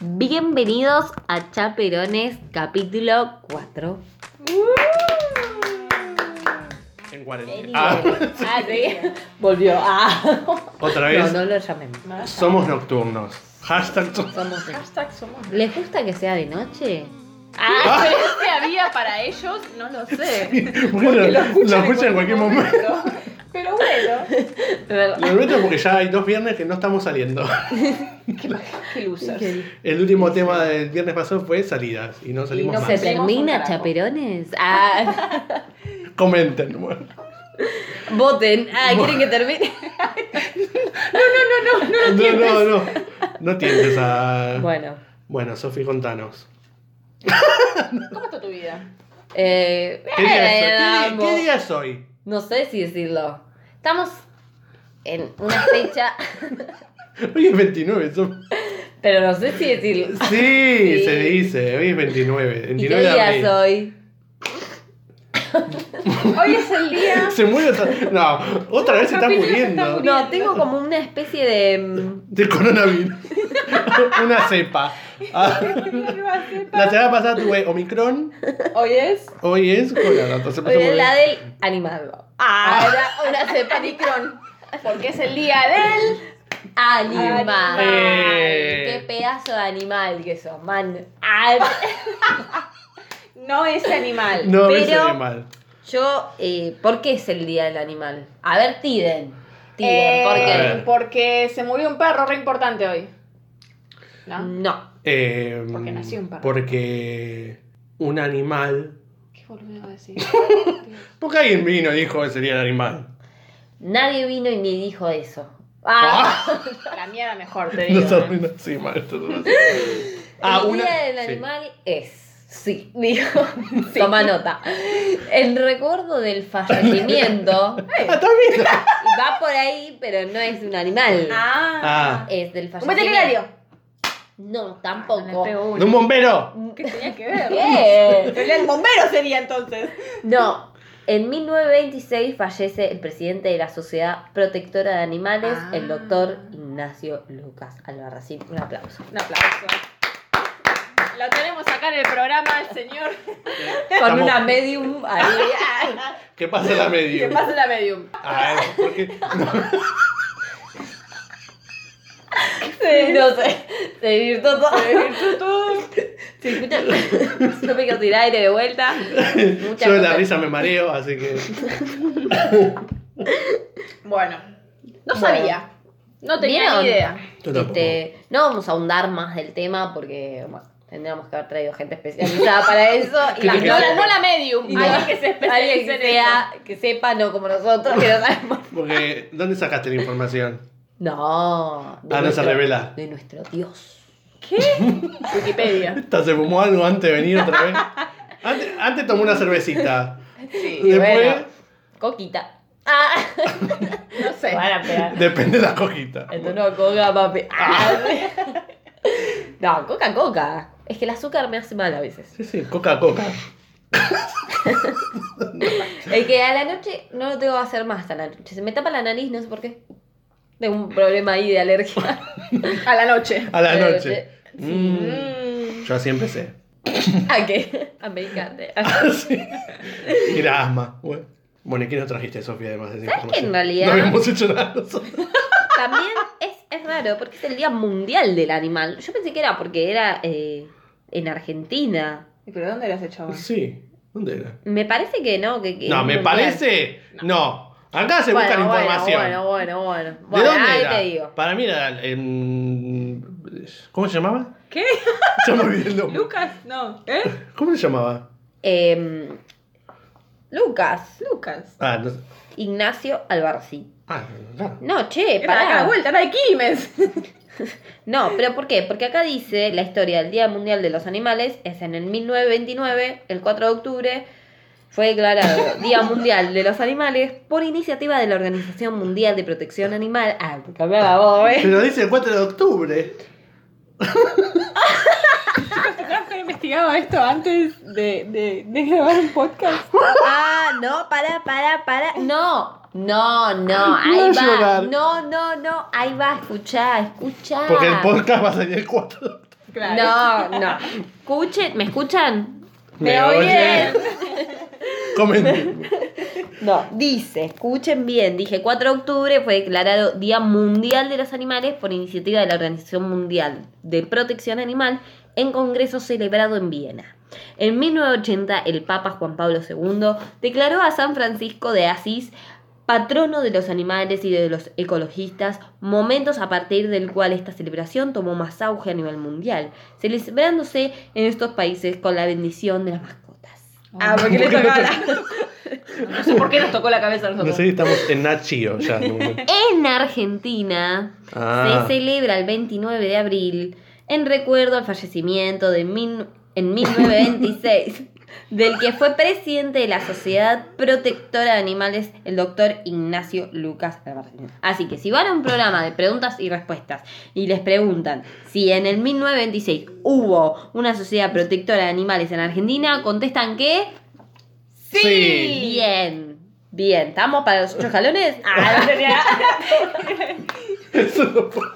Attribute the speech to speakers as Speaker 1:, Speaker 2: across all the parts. Speaker 1: Bienvenidos a Chaperones capítulo 4.
Speaker 2: En cuarentena.
Speaker 1: Ah,
Speaker 2: Ah,
Speaker 1: sí. Volvió. Ah.
Speaker 2: otra
Speaker 1: No,
Speaker 2: vez.
Speaker 1: no lo llamemos.
Speaker 2: Somos nocturnos. Hashtag so-
Speaker 1: Somos
Speaker 3: Hashtag somos.
Speaker 1: ¿Les gusta que sea de noche?
Speaker 3: Ah, ¿crees que había para ellos? No lo sé.
Speaker 2: Bueno,
Speaker 3: Porque
Speaker 2: lo escuchan en cualquier momento.
Speaker 3: Pero bueno,
Speaker 2: Lo nuestro porque ya hay dos viernes que no estamos saliendo.
Speaker 3: qué losers.
Speaker 2: El último tema del viernes pasado fue salidas y no salimos
Speaker 3: no
Speaker 2: más.
Speaker 1: ¿Se
Speaker 3: Hacemos un
Speaker 1: termina
Speaker 3: carajo.
Speaker 1: Chaperones? Ah,
Speaker 2: Comenten. bueno.
Speaker 1: voten. Ah, ¿quieren que termine?
Speaker 2: No, no, no. No tientes a. Bueno,
Speaker 1: Bueno.
Speaker 2: Sofi, contanos.
Speaker 3: ¿Cómo está tu vida?
Speaker 1: Eh,
Speaker 2: ¿Qué día
Speaker 1: eh,
Speaker 2: es hoy? ¿Qué,
Speaker 1: vamos.
Speaker 2: día- qué día es hoy?
Speaker 1: No sé si decirlo. Estamos en una fecha,
Speaker 2: Hoy es 29. Sofi.
Speaker 1: pero no sé si decirlo.
Speaker 2: Sí, se dice. Hoy es 29.
Speaker 1: ¿Y
Speaker 2: 29
Speaker 1: qué
Speaker 2: de
Speaker 1: día
Speaker 2: abril.
Speaker 1: es hoy?
Speaker 3: Hoy es el día.
Speaker 2: Se muere otra. No, otra vez se está
Speaker 3: Capítulo se está
Speaker 2: muriendo.
Speaker 3: muriendo.
Speaker 1: No, tengo como una especie de... mm,
Speaker 2: De coronavirus. Una cepa. Ah, la semana pasada tuve Omicron,
Speaker 3: Hoy es.
Speaker 2: hoy es corona. Entonces pues,
Speaker 1: Hoy
Speaker 2: pasamos
Speaker 1: es la
Speaker 2: de-
Speaker 1: del animado.
Speaker 2: Ah,
Speaker 1: Ah.
Speaker 3: Ahora, ahora se panicrón. Porque es el día del.
Speaker 1: Animal.
Speaker 2: Eh.
Speaker 1: Qué pedazo de animal que sos, man. Ay.
Speaker 3: No ese animal.
Speaker 2: No,
Speaker 1: pero-
Speaker 2: ese sería mal.
Speaker 1: Yo, eh, ¿por qué es el día del animal? A ver, Tiden. Tiden,
Speaker 3: Eh,
Speaker 1: ¿por
Speaker 2: A
Speaker 1: qué?
Speaker 2: ver.
Speaker 3: Porque se murió un perro re importante hoy.
Speaker 1: Mm.
Speaker 3: ¿No?
Speaker 1: No.
Speaker 2: Eh,
Speaker 3: Porque nació un perro.
Speaker 2: Porque un animal.
Speaker 3: ¿Qué boludo va a decir?
Speaker 2: Porque alguien vino y dijo que sería el animal.
Speaker 1: Nadie vino y ni dijo eso. Ah,
Speaker 3: La mierda mejor, te digo.
Speaker 2: No sabes, no, sí, mal. esto es así. Ah,
Speaker 1: el
Speaker 2: una-
Speaker 1: día del
Speaker 2: sí.
Speaker 1: animal es. Sí, dijo. Toma nota. El recuerdo del fallecimiento.
Speaker 2: Ah, está bien.
Speaker 1: y va por ahí, pero no es de un animal.
Speaker 3: Ah.
Speaker 2: Ah.
Speaker 1: Es del
Speaker 3: Un
Speaker 1: fallecimiento.
Speaker 3: veterinario.
Speaker 1: No,
Speaker 3: Ah, le
Speaker 1: tampoco.
Speaker 3: pegó
Speaker 2: De un bombero.
Speaker 3: uno. ¿Qué tenía que ver?
Speaker 1: ¿Qué?
Speaker 3: El bombero sería entonces.
Speaker 1: No, en 1926 fallece el presidente de la Sociedad Protectora de Animales,
Speaker 3: Ah.
Speaker 1: el doctor Ignacio Lucas Albarracín. Un aplauso.
Speaker 3: Un aplauso. Lo tenemos acá en el programa, el señor.
Speaker 1: Con
Speaker 2: Estamos-
Speaker 1: una medium ahí.
Speaker 2: ¿Qué pasa la
Speaker 3: Que
Speaker 2: medio?
Speaker 3: pase la medium.
Speaker 2: Ah, porque
Speaker 1: No sé, se divirtió todo. Se escucha. No me quiero tirar aire de vuelta. Muchas
Speaker 2: yo de la
Speaker 1: cosas.
Speaker 2: risa me mareo, así que.
Speaker 3: Bueno,
Speaker 1: Bueno.
Speaker 3: no sabía. No tenía
Speaker 1: ¿Vieron?
Speaker 3: ni idea.
Speaker 2: Yo tampoco.
Speaker 1: Este, no vamos a ahondar más del tema porque bueno, tendríamos que haber traído gente especializada para eso. Y
Speaker 2: Que
Speaker 1: la-
Speaker 2: te
Speaker 3: No
Speaker 1: no,
Speaker 3: la,
Speaker 1: la-
Speaker 2: quedaste-
Speaker 3: no la medium.
Speaker 1: Y
Speaker 3: alguien
Speaker 1: no.
Speaker 3: que se
Speaker 1: alguien
Speaker 3: especialice
Speaker 1: que,
Speaker 3: en eso.
Speaker 1: sea, que sepa, no como nosotros, que no sabemos.
Speaker 2: Porque, ¿dónde sacaste la información?
Speaker 1: No. de
Speaker 2: Ah, no se
Speaker 1: nuestro-
Speaker 2: revela.
Speaker 1: De nuestro Dios.
Speaker 3: Wikipedia.
Speaker 2: Hasta se fumó algo antes de venir otra vez. Antes, antes tomó una cervecita.
Speaker 3: Sí.
Speaker 1: Y
Speaker 2: Después,
Speaker 1: bueno. Coquita. Ah,
Speaker 3: No sé.
Speaker 1: para pegar.
Speaker 2: depende de la cojita.
Speaker 1: Esto no, coca, papi. Ah. No, coca, coca. Es que el azúcar me hace mal a veces.
Speaker 2: Sí, sí, coca-coca.
Speaker 1: Es que a la noche no lo tengo que hacer más a la noche. Se me tapa la nariz, no sé por qué. Tengo un problema ahí de alergia.
Speaker 3: A la noche.
Speaker 2: A la
Speaker 1: Pero
Speaker 2: noche.
Speaker 1: te-
Speaker 2: Mm,
Speaker 3: Mm.
Speaker 2: yo así empecé.
Speaker 1: ¿A qué? A medicarte.
Speaker 2: Sí. Era asma. Bueno, Bueno, ¿y qué nos trajiste, Sofía, además de esa
Speaker 1: ¿Sabes que en
Speaker 2: información?
Speaker 1: realidad-
Speaker 2: No habíamos hecho nada nosotros.
Speaker 1: También es, es raro porque es el Día Mundial del Animal. Yo pensé que era porque era eh, en Argentina.
Speaker 3: ¿Y ¿Pero dónde eras echado?
Speaker 2: Sí, ¿dónde era?
Speaker 1: Me parece que no, que, que
Speaker 2: No,
Speaker 1: es
Speaker 2: me
Speaker 1: mundial.
Speaker 2: parece. No. Acá se busca la
Speaker 1: Bueno,
Speaker 2: información.
Speaker 1: Bueno, bueno, bueno, bueno.
Speaker 2: ¿De
Speaker 1: Bueno,
Speaker 2: dónde
Speaker 1: ahí
Speaker 2: era?
Speaker 1: te digo.
Speaker 2: Para mí era. em, ¿Cómo se llamaba?
Speaker 3: ¿Qué?
Speaker 2: Ya me olvidé el nombre.
Speaker 3: Lucas, no. ¿Eh?
Speaker 2: ¿Cómo se llamaba?
Speaker 1: Em, Lucas,
Speaker 3: Lucas.
Speaker 2: Ah, no sé.
Speaker 1: Ignacio Albarracín.
Speaker 2: Ah, no.
Speaker 1: No, che,
Speaker 3: Era de acá a
Speaker 1: Eh, pará.
Speaker 3: la vuelta, era de Quilmes.
Speaker 1: No, pero ¿por qué? Porque acá dice la historia del Día Mundial de los Animales es en el 1929, el 4 de octubre, fue declarado Día Mundial de los Animales por iniciativa de la Organización Mundial de Protección Animal. Ah, cambiá la voz, ¿eh?
Speaker 2: Pero dice el 4 de octubre.
Speaker 3: ¿Has investigado esto antes de, de, de grabar un podcast?
Speaker 1: Ah, no, para, para, para. No, no, no, ahí
Speaker 2: Voy a
Speaker 1: va.
Speaker 2: llorar.
Speaker 1: No, no, no, ahí va, escuchá, escuchá.
Speaker 2: Ah. Porque el podcast va a salir el 4 de octubre.
Speaker 3: Claro.
Speaker 1: No, no. Escuchen, ¿me escuchan?
Speaker 2: Me
Speaker 1: oyen?
Speaker 2: Comenten.
Speaker 1: No, dice, escuchen bien, dije 4 de octubre fue declarado Día Mundial de los Animales por iniciativa de la Organización Mundial de Protección Animal en Congreso celebrado en Viena. En 1980 el Papa Juan Pablo II declaró a San Francisco de Asís patrono de los animales y de los ecologistas, momentos a partir del cual esta celebración tomó más auge a nivel mundial, celebrándose en estos países con la bendición de las mascotas.
Speaker 3: Ah, porque le
Speaker 2: ¿Por qué no te-
Speaker 3: tocaba la... No sé por qué nos tocó la cabeza a
Speaker 2: No
Speaker 3: nosotros.
Speaker 2: sé si estamos en Nachio ya. ¿no?
Speaker 1: En Argentina
Speaker 2: Ah.
Speaker 1: se celebra el 29 de abril en recuerdo al fallecimiento de mil- en 1926 del que fue presidente de la Sociedad Protectora de Animales, el doctor Ignacio Lucas Albarracín. Así que si van a un programa de preguntas y respuestas y les preguntan si en el 1926 hubo una Sociedad Protectora de Animales en Argentina, contestan que...
Speaker 2: Sí.
Speaker 1: Bien, bien, ¿estamos para los ocho jalones? Ah, no tenía-
Speaker 2: Eso no puedo.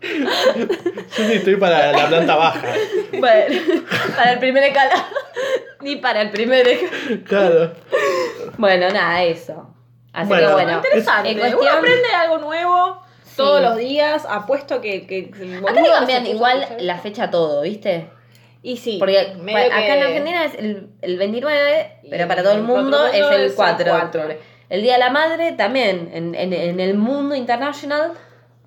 Speaker 2: Yo sí estoy para la planta baja.
Speaker 1: Bueno, para el primer escala. Ni para el primer escala.
Speaker 2: Claro.
Speaker 1: Bueno, nada, eso. Así que
Speaker 2: Bueno,
Speaker 1: bueno.
Speaker 3: Interesante.
Speaker 1: en cuestión-
Speaker 3: Uno aprende algo nuevo todos
Speaker 1: Sí.
Speaker 3: los días. Apuesto que. que que-
Speaker 1: Acá le
Speaker 3: boludo,
Speaker 1: cambian
Speaker 3: se puso a
Speaker 1: igual
Speaker 3: escuchar
Speaker 1: la
Speaker 3: esto.
Speaker 1: fecha a todo, ¿viste?
Speaker 3: Y sí.
Speaker 1: Porque
Speaker 3: medio
Speaker 1: bueno, acá
Speaker 3: que-
Speaker 1: en Argentina es el, el 29,
Speaker 3: Y
Speaker 1: pero para todo el
Speaker 3: el cuatro
Speaker 1: mundo
Speaker 3: de
Speaker 1: es
Speaker 3: mayo es
Speaker 1: el
Speaker 3: el
Speaker 1: 4. de
Speaker 3: cuatro.
Speaker 1: octubre. El Día de la Madre también, en, en- en el mundo internacional.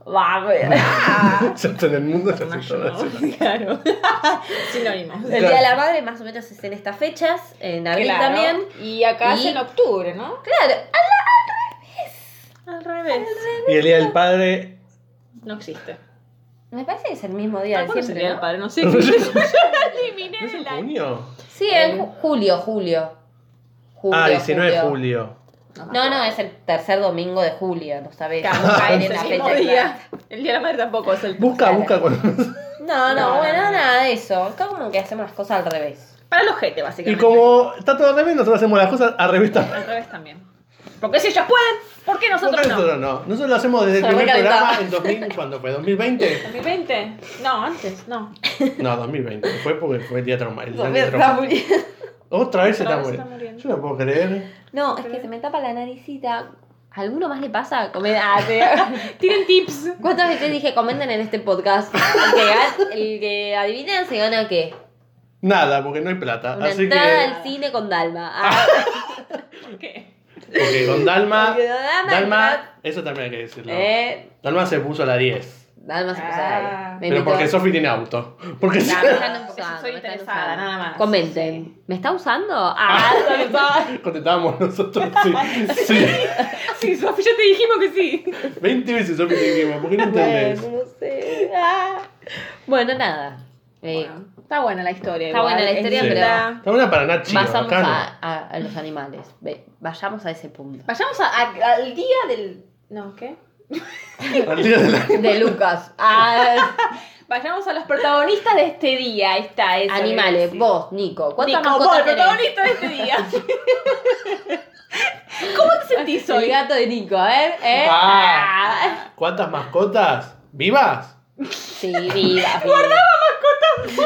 Speaker 1: va a haber.
Speaker 2: Ya está en el mundo, ya se todo eso.
Speaker 3: Claro. Sinónimos.
Speaker 1: El Día de la Madre más o menos es en estas fechas, en abril
Speaker 3: Claro.
Speaker 1: también.
Speaker 3: Y acá
Speaker 1: Y-
Speaker 3: es en octubre, ¿no?
Speaker 1: Claro,
Speaker 3: Al revés.
Speaker 2: Y el día del padre.
Speaker 3: No existe.
Speaker 1: me parece que es el mismo día
Speaker 3: Ah,
Speaker 1: de
Speaker 3: ¿cuándo
Speaker 1: siempre.
Speaker 3: sería el
Speaker 1: ¿no?
Speaker 3: padre? No sé.
Speaker 2: ¿No
Speaker 3: eliminé
Speaker 2: ¿No es en
Speaker 3: la-
Speaker 2: junio?
Speaker 1: Sí, en
Speaker 3: El-
Speaker 1: ju- julio, julio. Julio,
Speaker 2: Ah, 19 de
Speaker 1: julio.
Speaker 2: julio.
Speaker 1: No, no, es el tercer domingo de julio, no sabes.
Speaker 3: Claro,
Speaker 1: No
Speaker 3: cae
Speaker 1: sabés
Speaker 3: en
Speaker 1: la
Speaker 3: el
Speaker 1: fecha
Speaker 3: mismo
Speaker 1: exacta.
Speaker 3: día. El día de la madre tampoco es el.
Speaker 2: Busca, busca cuando.
Speaker 1: No, no,
Speaker 3: No,
Speaker 1: bueno,
Speaker 3: no, no.
Speaker 1: nada de eso. Acá como que hacemos las cosas al revés.
Speaker 3: Para los gente,
Speaker 2: Y
Speaker 3: básicamente.
Speaker 2: como está todo al revés, nosotros hacemos las cosas al revés también.
Speaker 3: Al revés también. Porque si ellas pueden, ¿por qué nosotros
Speaker 2: Porque
Speaker 3: no?
Speaker 2: Nosotros no. Nosotros lo hacemos desde el
Speaker 1: Se
Speaker 2: primer
Speaker 1: recalentaba.
Speaker 2: programa en 2000, ¿cuándo fue? ¿2020?
Speaker 3: ¿2020? No, antes, no.
Speaker 2: No, 2020. Fue porque fue el día trauma. El día del trauma.
Speaker 1: No,
Speaker 2: Otra vez se
Speaker 3: Otra
Speaker 2: está
Speaker 3: vez se está
Speaker 2: muriendo. Yo no puedo creer.
Speaker 1: es que se me tapa la naricita. ¿A ¿Alguno más le pasa? Comen- ah, te-
Speaker 3: Tienen tips.
Speaker 1: ¿Cuántas veces dije comenten en este podcast? El que, gan- el que adivinen se gana qué?
Speaker 2: Nada, porque no hay plata.
Speaker 1: Una
Speaker 2: Así
Speaker 1: entrada
Speaker 2: que.
Speaker 1: al cine con Dalma. Ah,
Speaker 3: ¿Por qué?
Speaker 2: Porque con Dalma.
Speaker 1: Porque Dalma-
Speaker 2: Dalma. Eso también hay que decirlo.
Speaker 1: eh,
Speaker 2: Dalma se puso a la 10.
Speaker 1: Dalma se puso
Speaker 3: Ah.
Speaker 1: ahí. Me
Speaker 2: Pero
Speaker 1: invitó.
Speaker 2: porque Sofi tiene auto. Porque
Speaker 1: Nah, me están usando,
Speaker 3: Porque yo soy
Speaker 1: me están
Speaker 3: interesada,
Speaker 1: usando.
Speaker 3: nada más.
Speaker 1: Comenten. ¿Me está usando? Ah,
Speaker 2: Contestábamos nosotros, sí. sí.
Speaker 3: Sí, Sofi, ya te dijimos que sí.
Speaker 2: 20 veces Sofi te dijimos, ¿por qué no entendés?
Speaker 1: bueno, no sé. Ah. Bueno, nada. Eh,
Speaker 3: Bueno, está buena la historia.
Speaker 1: Está buena la historia,
Speaker 2: Sí.
Speaker 1: pero-
Speaker 2: Está buena para Nachi,
Speaker 1: Pasamos
Speaker 2: bacana.
Speaker 1: a, a- a los animales. Ve, vayamos a ese punto.
Speaker 3: Vayamos a- a- al día del. No, ¿qué?
Speaker 2: Al día de la-
Speaker 1: De Lucas. Ah,
Speaker 3: Vayamos a los protagonistas de este día. Ahí está, eso.
Speaker 1: animales,
Speaker 3: Sí.
Speaker 1: vos, Nico. ¿Cuántas
Speaker 3: Nico, vos,
Speaker 1: mascotas
Speaker 3: el
Speaker 1: tenés?
Speaker 3: protagonista de este día. ¿Cómo te sentís
Speaker 1: El
Speaker 3: hoy?
Speaker 1: gato de Nico, ¿eh? ¿Eh?
Speaker 2: Ah. ¿Cuántas mascotas? ¿Vivas?
Speaker 1: Sí, viva. Guardaba mascotas.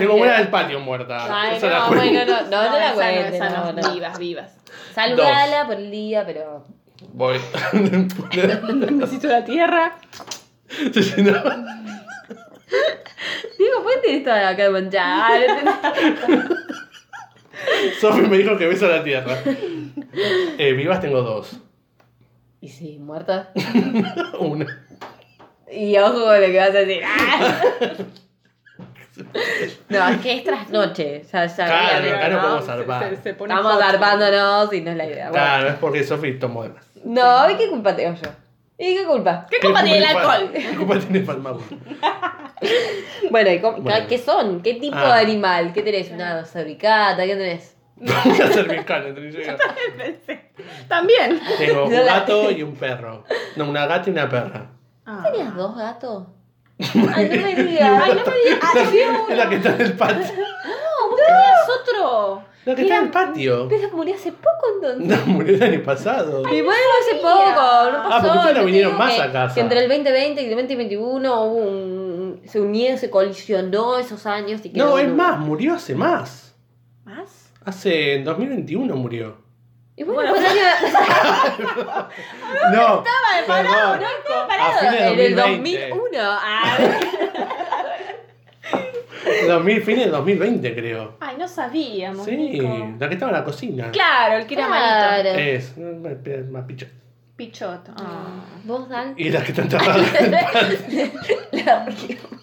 Speaker 2: Tengo una del patio muerta.
Speaker 1: Ay,
Speaker 2: Esa la
Speaker 1: no,
Speaker 2: cuento.
Speaker 1: bueno, no, no, no,
Speaker 3: esa
Speaker 1: la
Speaker 3: esa
Speaker 1: cuentes.
Speaker 3: no.
Speaker 1: No, no.
Speaker 3: Vivas, vivas.
Speaker 1: Saludala por el día, pero.
Speaker 2: Voy.
Speaker 3: Necesito la tierra.
Speaker 2: Se llenaba.
Speaker 1: Digo, ¿puedes tener toda la cara manchada?
Speaker 2: Sofi me dijo que beso a la tierra. Eh, vivas tengo dos.
Speaker 1: y sí, muerta.
Speaker 2: Una.
Speaker 1: Y ojo con lo que vas a decir. ¡Ah! No, es que es trasnoche. Ya, ya,
Speaker 2: Claro,
Speaker 1: ya,
Speaker 2: acá no
Speaker 1: ¿no?
Speaker 2: podemos zarpar.
Speaker 3: pone
Speaker 1: Estamos
Speaker 3: foto.
Speaker 1: zarpándonos y no es la idea. Bueno.
Speaker 2: Claro, Ah, es porque Sofi tomó de más.
Speaker 1: No, ¿y qué culpa tengo yo? ¿Y qué culpa?
Speaker 3: ¿Qué culpa tiene el alcohol?
Speaker 2: ¿Qué culpa tiene Palma?
Speaker 1: Bueno, ¿y cómo-
Speaker 2: Bueno.
Speaker 1: ¿qué son? ¿Qué tipo
Speaker 2: Ah.
Speaker 1: de animal? ¿Qué tenés? ¿Una sauricata? ¿Qué tenés?
Speaker 2: Una cervical, entre ellos.
Speaker 3: También.
Speaker 2: Tengo un
Speaker 1: No la-
Speaker 2: gato y un perro. No, una gata y una perra.
Speaker 1: ¿Tenías dos gatos? Ah. Ay, no me digas.
Speaker 3: Ay, no me digas. Ah, te dio
Speaker 2: Es la que
Speaker 3: uno.
Speaker 2: está en el patio.
Speaker 3: No, vos tenías otro.
Speaker 2: No, que está en
Speaker 1: Eran-
Speaker 2: el patio.
Speaker 1: Pero murió hace poco entonces.
Speaker 2: No, murió el año pasado.
Speaker 1: Y bueno, hace
Speaker 3: sabía.
Speaker 1: poco, no
Speaker 3: Ah,
Speaker 1: pasó.
Speaker 2: porque ustedes
Speaker 1: yo
Speaker 2: no
Speaker 1: te
Speaker 2: vinieron
Speaker 1: digo
Speaker 2: más
Speaker 1: que-
Speaker 2: a casa.
Speaker 1: Que entre el 2020 y el 2021 hubo un, se unieron, se colisionó esos años y quedó
Speaker 2: No, es
Speaker 1: uno.
Speaker 2: más, murió hace más.
Speaker 3: ¿Más?
Speaker 2: Hace en 2021 murió.
Speaker 1: Y bueno,
Speaker 3: Bueno,
Speaker 1: pues
Speaker 2: No, perdón.
Speaker 3: parado, no estaba
Speaker 2: A
Speaker 3: parado.
Speaker 2: fines
Speaker 1: en
Speaker 2: de
Speaker 1: el
Speaker 2: 2020.
Speaker 1: 2001. ah,
Speaker 2: 2000, fines de 2020 creo.
Speaker 3: Ay, no sabíamos.
Speaker 2: Sí,
Speaker 3: Nico.
Speaker 2: la que estaba en la cocina.
Speaker 3: Claro, el que era malito.
Speaker 1: claro.
Speaker 2: Es, es más picho.
Speaker 3: Pichoto.
Speaker 1: Ah, Vos, Dan.
Speaker 2: Y la que está enterrada.
Speaker 1: La- bueno,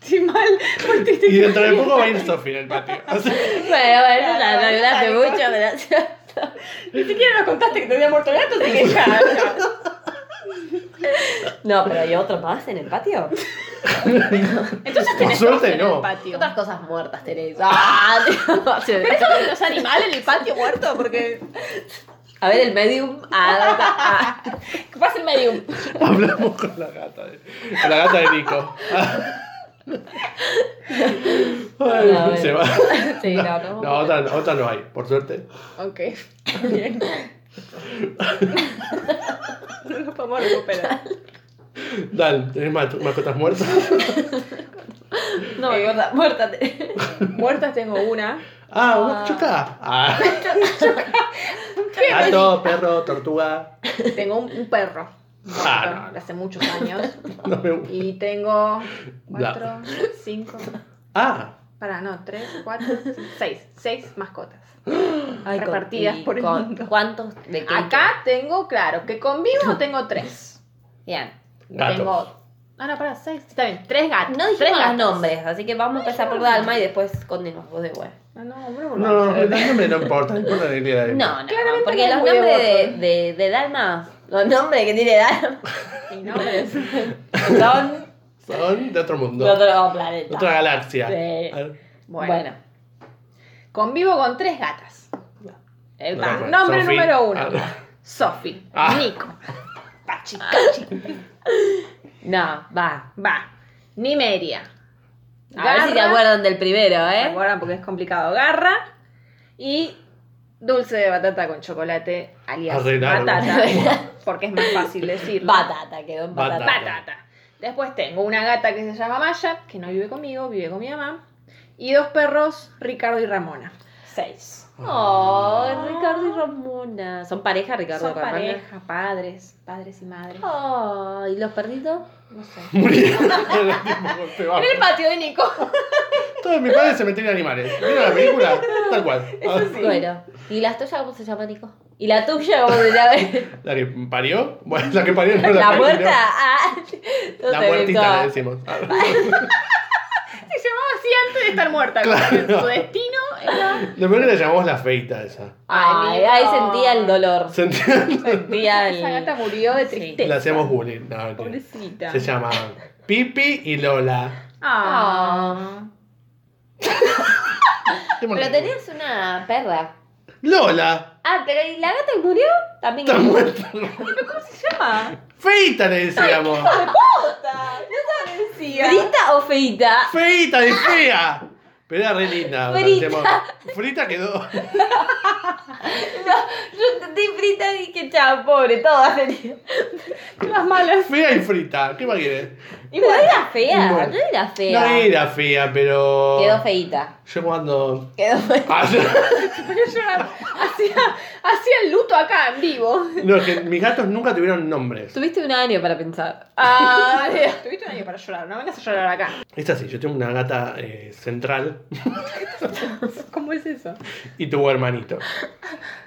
Speaker 3: Sí, mal. porque te-
Speaker 2: Y dentro de poco va a ir Sofía al patio. O sea,
Speaker 1: bueno, la la ayudaste mucho, gracias.
Speaker 3: Ni siquiera nos contaste que te había muerto el gato, así que ya. ya.
Speaker 1: No, pero ¿hay otro más en el patio?
Speaker 3: Entonces
Speaker 2: Por
Speaker 3: tenés
Speaker 2: suerte,
Speaker 3: suerte en
Speaker 2: no.
Speaker 3: el patio.
Speaker 1: Otras cosas muertas tenés. Ah,
Speaker 3: Pero eso de los animales en el patio muerto, porque.
Speaker 1: a ver, el medium. Ah, ah,
Speaker 3: ¿Qué pasa el medium?
Speaker 2: hablamos con la gata de, con la gata de Nico. Ay,
Speaker 1: No, bueno.
Speaker 2: se va.
Speaker 1: ah. Sí, no, no.
Speaker 2: No, otra, otra no hay, por suerte.
Speaker 3: Ok. Bien. No nos podemos recuperar.
Speaker 2: Dan, ¿tenés ma- mascotas muertas?
Speaker 1: No, me gorda, muértate.
Speaker 3: Muertas tengo una.
Speaker 2: Ah, una choca. Ah. Gato, perro, tortuga.
Speaker 3: Tengo un, un perro. muerto
Speaker 2: Ah, no, no.
Speaker 3: de hace muchos años.
Speaker 2: No me gusta.
Speaker 3: Y tengo.
Speaker 2: No.
Speaker 3: Cuatro, cinco.
Speaker 2: Ah,
Speaker 3: Para, no, tres, cuatro, seis. Seis mascotas.
Speaker 1: Ay, con-
Speaker 3: Repartidas
Speaker 1: y
Speaker 3: por el
Speaker 1: con-
Speaker 3: mundo.
Speaker 1: ¿Cuántos de qué?
Speaker 3: Acá tengo, claro, que conmigo tengo tres.
Speaker 1: Bien.
Speaker 2: gato.
Speaker 3: Tengo. Ah, no, para, seis. Está bien, tres gatos.
Speaker 1: No
Speaker 3: tres
Speaker 1: dijimos los
Speaker 3: gatos.
Speaker 1: nombres, así que vamos a empezar por Dalma y después condenos vos de web.
Speaker 3: Ah, no, bueno,
Speaker 2: No, no, el nombre no importa, no importa la idea de-
Speaker 1: No, no,
Speaker 3: Claramente
Speaker 1: porque
Speaker 3: no
Speaker 1: los
Speaker 3: voy a
Speaker 1: nombres de, ¿eh?
Speaker 3: votar.
Speaker 1: de, de Dalma, los nombres que tiene Dalma
Speaker 3: Y nombres.
Speaker 1: son
Speaker 2: Son de otro
Speaker 1: de
Speaker 2: mundo.
Speaker 1: otro planeta.
Speaker 2: Otra galaxia.
Speaker 1: Sí.
Speaker 2: A ver.
Speaker 1: Bueno.
Speaker 3: Bueno, convivo con tres gatas. El
Speaker 2: No, no,
Speaker 3: nombre
Speaker 2: Sophie.
Speaker 3: número uno.
Speaker 2: Ah.
Speaker 3: Sophie,
Speaker 2: Ah.
Speaker 3: Nico, Pachi, Cachi,
Speaker 1: No, va.
Speaker 3: va, Nimeria.
Speaker 1: A ver si te
Speaker 3: Garra.
Speaker 1: acuerdan del primero,
Speaker 3: ¿Se
Speaker 1: ¿eh?
Speaker 3: acuerdan? Porque es complicado. Garra y dulce de batata con chocolate, alias
Speaker 2: Arreglarlo.
Speaker 3: batata, porque es más fácil decirlo.
Speaker 1: Batata, quedó en batata.
Speaker 2: Batata.
Speaker 3: Patata. Después tengo una gata que se llama Maya, que no vive conmigo, vive con mi mamá. Y dos perros, Ricardo y Ramona. Seis.
Speaker 1: Oh, Ricardo y Ramona. ¿Son pareja, Ricardo
Speaker 3: Son
Speaker 1: y Ramona?
Speaker 3: pareja, padres, padres y madres.
Speaker 1: Oh, ¿y los perritos?
Speaker 3: No sé.
Speaker 2: Murieron. Era tipo golpeado.
Speaker 3: En el patio de Nico.
Speaker 2: Todos mis padres se metían animales. ¿Vieron la película? Tal cual. Ah,
Speaker 1: Bueno, ¿y las tuyas cómo se llama, Nico? ¿Y la tuya cómo se llama?
Speaker 2: La que parió. Bueno, la que parió no
Speaker 1: ¿La
Speaker 2: parió.
Speaker 1: muerta? Ah, no
Speaker 2: La
Speaker 1: sé,
Speaker 2: muertita le
Speaker 1: Nico.
Speaker 2: decimos. Ah.
Speaker 3: Se llamaba así antes de estar muerta. como
Speaker 2: Claro.
Speaker 3: que Su destino era.
Speaker 2: Lo peor que le llamamos la feita esa.
Speaker 1: Ay, ahí sentía el dolor.
Speaker 2: ¿Sentían?
Speaker 1: Sentía
Speaker 3: Esa gata
Speaker 1: el...
Speaker 3: murió de
Speaker 1: Sí.
Speaker 3: tristeza.
Speaker 2: Le hacíamos bullying. No, mentira.
Speaker 3: Pobrecita.
Speaker 2: se llama Pipi y Lola.
Speaker 3: Ah.
Speaker 2: Qué
Speaker 1: Pero
Speaker 2: maravilla.
Speaker 1: tenías una perra.
Speaker 2: Lola.
Speaker 1: Ah, pero ¿y la gata que murió? También.
Speaker 2: Está muerta.
Speaker 3: ¿Cómo se llama?
Speaker 2: Feita le decíamos.
Speaker 3: Frita.
Speaker 1: ¿Frita o feita?
Speaker 2: Feita de fea. Pero era re linda.
Speaker 1: Frita.
Speaker 2: parecíamos- Frita quedó.
Speaker 1: Yo entendí frita y dije, chao, pobre, todas tenían.
Speaker 3: Las malas.
Speaker 2: Fea y frita. ¿Qué más quieres?
Speaker 1: Igual era fea,
Speaker 2: Bueno.
Speaker 1: no era
Speaker 2: No
Speaker 1: fea.
Speaker 2: era fea, pero.
Speaker 1: Quedó feita.
Speaker 2: Yo cuando.
Speaker 1: Quedó feita.
Speaker 2: Ah,
Speaker 3: Yo lloraba. Hacía, hacía el luto acá en vivo.
Speaker 2: no, es que mis gatos nunca tuvieron nombres.
Speaker 1: Tuviste un año para pensar.
Speaker 3: Ah, tuviste un año para llorar, no vengas a llorar acá.
Speaker 2: Es así, yo tengo una gata eh, central
Speaker 3: ¿Cómo es eso?
Speaker 2: y tuvo hermanito.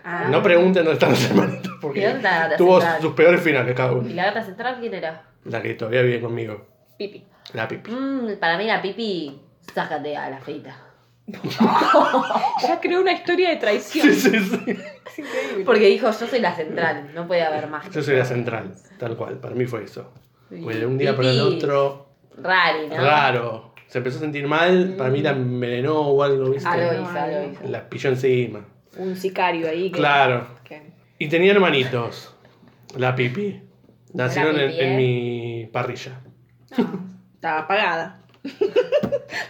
Speaker 3: Ah,
Speaker 2: No pregunten dónde están los hermanitos
Speaker 1: ¿Y
Speaker 2: porque
Speaker 1: Ah. dónde está la gata
Speaker 2: tuvo
Speaker 1: central?
Speaker 2: sus peores finales cada
Speaker 1: ¿Y
Speaker 2: uno.
Speaker 1: la gata central quién era?
Speaker 2: La que todavía vive conmigo,
Speaker 3: Pipi.
Speaker 2: la pipi.
Speaker 1: Mm, para mí la pipi, sácate a la feita.
Speaker 3: Ya creó una historia de
Speaker 2: Sí,
Speaker 3: traición.
Speaker 2: sí, sí.
Speaker 3: Es increíble.
Speaker 1: Porque dijo, yo soy la central, no puede haber más.
Speaker 2: Yo soy la central, tal cual, para mí fue eso. Fue de un día
Speaker 1: Pipí.
Speaker 2: para el otro,
Speaker 1: Rari, ¿no?
Speaker 2: raro. Se empezó a sentir mal, para mí la envenenó o algo, ¿viste?
Speaker 1: Mm. Algo hizo, algo hizo.
Speaker 2: La pilló encima.
Speaker 3: Un sicario ahí. que-
Speaker 2: Claro.
Speaker 3: que-
Speaker 2: Y tenía hermanitos. La pipi. Nacieron
Speaker 1: La
Speaker 2: en,
Speaker 1: Pipi,
Speaker 2: en
Speaker 1: eh.
Speaker 2: mi parrilla.
Speaker 3: No, estaba apagada.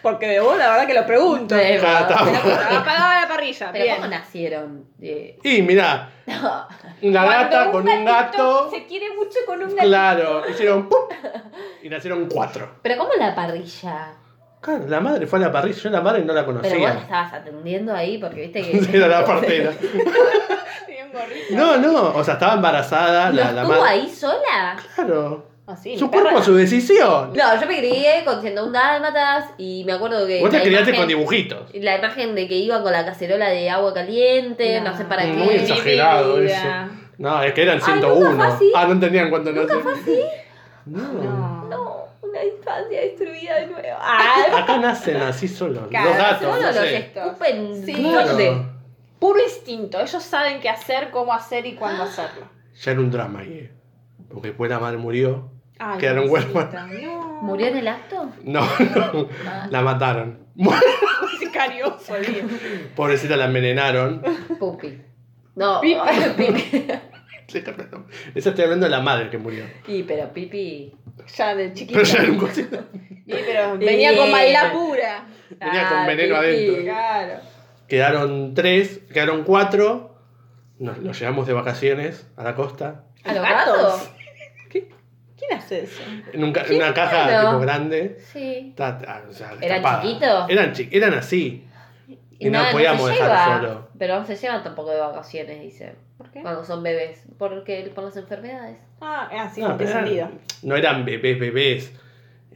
Speaker 3: Porque de vos, la verdad que lo pregunto.
Speaker 1: De
Speaker 3: Pero
Speaker 1: verdad.
Speaker 2: Ah, está bueno.
Speaker 3: apagada la parrilla.
Speaker 1: Pero
Speaker 3: bien.
Speaker 1: ¿cómo nacieron? Eh,
Speaker 2: Y mirá, una
Speaker 3: Cuando
Speaker 2: gata con un gato.
Speaker 3: Se quiere mucho con un gato.
Speaker 2: Claro, hicieron ¡pup! y nacieron cuatro.
Speaker 1: Pero ¿cómo la parrilla?
Speaker 2: Claro, la madre fue a la parrilla, yo la madre no la
Speaker 1: Pero vos la
Speaker 2: conocía.
Speaker 1: estabas atendiendo ahí porque viste que...
Speaker 2: Era la partera.
Speaker 3: Bien gorrita.
Speaker 2: No, no, o sea, estaba embarazada la, la
Speaker 1: ¿No estuvo
Speaker 2: madre.
Speaker 1: ahí sola?
Speaker 2: Claro.
Speaker 3: Ah, sí,
Speaker 2: Su
Speaker 3: mi perra.
Speaker 2: cuerpo, su decisión.
Speaker 1: No, yo me crié con siendo un dálmatas y me acuerdo que...
Speaker 2: Vos te
Speaker 1: la
Speaker 2: criaste
Speaker 1: imagen-
Speaker 2: con dibujitos.
Speaker 1: La imagen de que iba con la cacerola de agua caliente, no, sé para
Speaker 2: Mm, Muy
Speaker 1: qué.
Speaker 2: exagerado
Speaker 3: exagerado. Mi
Speaker 2: eso.
Speaker 3: vida.
Speaker 2: No, es que eran
Speaker 1: Ay,
Speaker 2: 101.
Speaker 1: nunca fue así.
Speaker 2: ah, no entendían cuánto no No.
Speaker 3: No.
Speaker 1: No, una infancia destruida de nuevo. Ah,
Speaker 2: Acá nacen así solos.
Speaker 3: Claro,
Speaker 2: los gatos.
Speaker 1: Solo
Speaker 2: no
Speaker 1: los
Speaker 2: sé.
Speaker 1: escupen.
Speaker 3: Sí.
Speaker 2: Claro.
Speaker 1: ¿Dónde?
Speaker 3: Puro instinto. Ellos saben qué hacer, cómo hacer y cuándo hacerlo.
Speaker 2: Ya era un drama ahí. eh. Porque después la madre murió.
Speaker 3: Ay,
Speaker 2: Quedaron
Speaker 3: pobrecita, No.
Speaker 1: ¿Murió en el acto?
Speaker 2: No, no.
Speaker 1: Ah.
Speaker 2: La mataron.
Speaker 3: Sicarioso, bien.
Speaker 2: Pobrecita la envenenaron.
Speaker 1: Pupi. No,
Speaker 3: Pipi.
Speaker 1: Pipi.
Speaker 2: Sí, perdón. Esa estoy hablando de la madre que murió.
Speaker 1: Y pero Pipi.
Speaker 3: Ya de chiquita.
Speaker 2: Pero ya era un cosito.
Speaker 3: Sí, pero venía con maldad pura.
Speaker 2: Venía con
Speaker 1: Ah,
Speaker 2: veneno adentro.
Speaker 3: Claro.
Speaker 2: Quedaron tres, quedaron cuatro. Nos los llevamos de vacaciones a la costa.
Speaker 1: ¿A los
Speaker 3: ¿Gatos?
Speaker 1: gatos?
Speaker 3: ¿Quién hace eso?
Speaker 2: En, un ca- en una caja
Speaker 1: raro.
Speaker 2: tipo grande.
Speaker 1: Sí.
Speaker 2: Ta- ta- o sea,
Speaker 1: ¿Eran
Speaker 2: tapada.
Speaker 1: chiquitos?
Speaker 2: Eran, chi- eran así. Y no podíamos
Speaker 1: se
Speaker 2: dejar
Speaker 1: lleva.
Speaker 2: solo.
Speaker 1: Pero no se llevan tampoco de vacaciones, dice.
Speaker 3: ¿Por qué?
Speaker 1: Cuando son bebés. Porque por las enfermedades.
Speaker 3: Ah, así,
Speaker 2: No,
Speaker 3: no,
Speaker 2: pero
Speaker 3: sentido.
Speaker 2: eran, no eran bebés, bebés.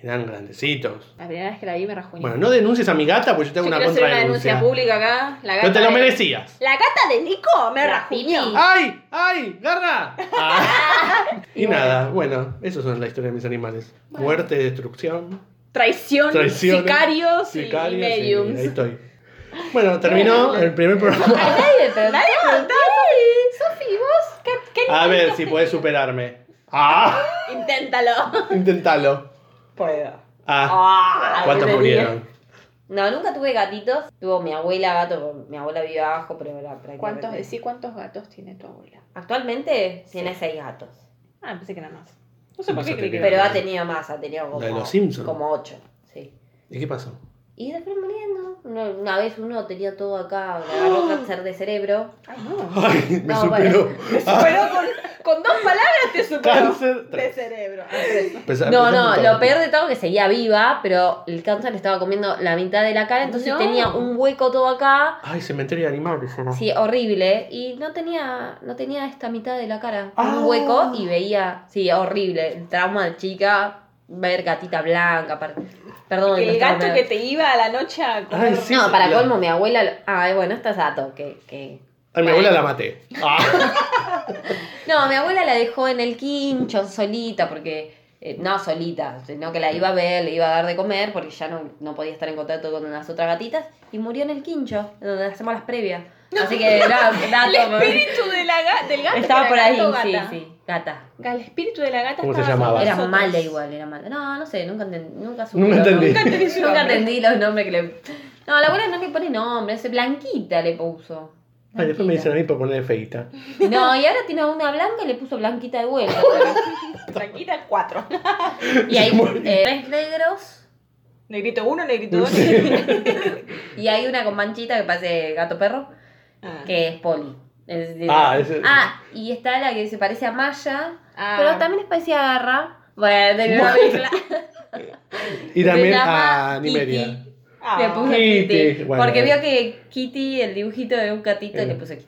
Speaker 2: Eran grandecitos.
Speaker 3: La primera vez que la vi me rajuñé.
Speaker 2: Bueno, no denuncies a mi gata porque yo
Speaker 3: Yo
Speaker 2: tengo una
Speaker 3: quiero hacer
Speaker 2: contra
Speaker 3: una denuncia pública acá. La gata
Speaker 2: No te lo
Speaker 3: de-
Speaker 2: merecías.
Speaker 3: La gata de Nico me
Speaker 1: La
Speaker 3: rajuñó.
Speaker 1: Pipi.
Speaker 2: ¡Ay! ¡Ay! ¡Garra! Ah. y nada, bueno, eso son la historia de mis animales. Muerte, destrucción.
Speaker 3: Traición,
Speaker 2: Traiciones,
Speaker 3: sicarios, y
Speaker 2: sicarios y
Speaker 3: mediums.
Speaker 2: ahí estoy. Bueno, terminó el primer programa.
Speaker 1: Ay, nadie me preguntó.
Speaker 3: Nadie preguntó,
Speaker 1: Sofi, vos.
Speaker 3: ¿Qué, qué
Speaker 2: A ver si puedes superarme. ¡Ah!
Speaker 3: Inténtalo.
Speaker 2: Inténtalo.
Speaker 3: Puedo.
Speaker 2: Ah,
Speaker 3: Ah,
Speaker 2: ¿cuántos
Speaker 3: me
Speaker 2: murieron?
Speaker 1: No, nunca tuve gatitos. Tuvo mi abuela gato. Mi abuela vive abajo, pero era
Speaker 3: río.
Speaker 1: prácticamente.
Speaker 3: ¿Cuántos, decí cuántos gatos tiene tu abuela?
Speaker 1: Actualmente tiene seis gatos.
Speaker 3: Ah, pensé que era más. No sé por
Speaker 2: Pensé
Speaker 3: qué
Speaker 2: que
Speaker 3: creí que
Speaker 2: era
Speaker 1: Pero
Speaker 3: era
Speaker 2: más.
Speaker 1: ha tenido más, ha tenido como.
Speaker 2: La de los Simpsons.
Speaker 1: Como ocho, sí.
Speaker 2: ¿Y qué pasó?
Speaker 1: Y se fueron muriendo. Una, una vez uno tenía todo acá, le
Speaker 3: ¡Oh!
Speaker 1: agarró cáncer de cerebro.
Speaker 3: Ay, no.
Speaker 2: Ay, me
Speaker 1: No,
Speaker 2: superó.
Speaker 3: Superó con, con dos palabras te superó.
Speaker 2: Cáncer,
Speaker 3: De
Speaker 2: tres.
Speaker 3: cerebro.
Speaker 2: Empezá-
Speaker 1: No, no, lo
Speaker 2: empezá por todo.
Speaker 1: peor de todo que seguía viva, pero el cáncer le estaba comiendo la mitad de la cara, entonces
Speaker 3: No.
Speaker 1: tenía un hueco todo acá.
Speaker 2: Ay, cementerio de animales. ¿no?
Speaker 1: Sí, horrible. ¿eh? Y no tenía, no tenía esta mitad de la cara.
Speaker 2: Ah.
Speaker 1: Un hueco y veía. Sí, horrible. El trauma de chica, ver gatita blanca. par- Perdón,
Speaker 3: El
Speaker 1: los
Speaker 3: gato
Speaker 1: traumas.
Speaker 3: que te iba a la noche a comer.
Speaker 2: Ay, sí.
Speaker 1: No, para
Speaker 2: señor.
Speaker 1: colmo, mi abuela. lo- Ah, bueno, esta es dato. Que, que...
Speaker 2: Ay, mi abuela la maté. Ah.
Speaker 1: No, mi abuela la dejó en el quincho solita, porque. eh, no solita, sino que la iba a ver, le iba a dar de comer, porque ya no, no podía estar en contacto con las otras gatitas. Y murió en el quincho, donde hacemos las previas. Así que, no, dato.
Speaker 3: El espíritu de la ga- del gato.
Speaker 1: Estaba
Speaker 3: que
Speaker 1: por
Speaker 3: era
Speaker 1: ahí,
Speaker 3: gato o
Speaker 1: sí,
Speaker 3: gata.
Speaker 1: sí. Gata.
Speaker 3: El espíritu de la gata
Speaker 2: ¿Cómo se
Speaker 3: estaba con
Speaker 2: llamaba?
Speaker 1: Era
Speaker 3: nosotros.
Speaker 1: mala igual, era mala. No, no sé, nunca entendí. Nunca, supe
Speaker 2: Nunca
Speaker 1: los
Speaker 2: entendí.
Speaker 1: nombres.
Speaker 3: Nunca entendí su
Speaker 1: Nunca
Speaker 3: nombre.
Speaker 1: entendí los nombres que le. No, la abuela no le pone nombre, es Blanquita le puso.
Speaker 2: Ay, después
Speaker 1: Blanquita.
Speaker 2: me dicen a mí por ponerle feita.
Speaker 1: No, y ahora tiene una blanca y le puso Blanquita de vuelta.
Speaker 3: Tranquila, cuatro.
Speaker 1: Y hay
Speaker 2: Se muere.
Speaker 1: eh, tres negros
Speaker 3: Negrito uno, negrito dos.
Speaker 1: y hay una con manchita que parece gato perro,
Speaker 3: Ah.
Speaker 1: que es Poli. Es de-
Speaker 2: Ah, ese-
Speaker 1: Ah, y está la que se parece a Maya,
Speaker 3: Ah.
Speaker 1: pero también es parecida a Garra. Bueno, tenía una mezcla.
Speaker 2: Y
Speaker 1: Se
Speaker 2: también
Speaker 1: llama
Speaker 2: a Nimeria.
Speaker 1: Titi.
Speaker 3: Ah.
Speaker 1: Le puso
Speaker 2: Kitty.
Speaker 1: Kitty.
Speaker 2: Bueno.
Speaker 1: Porque vio que Kitty, el dibujito de un gatito,
Speaker 2: Eh.
Speaker 1: le puso Kitty.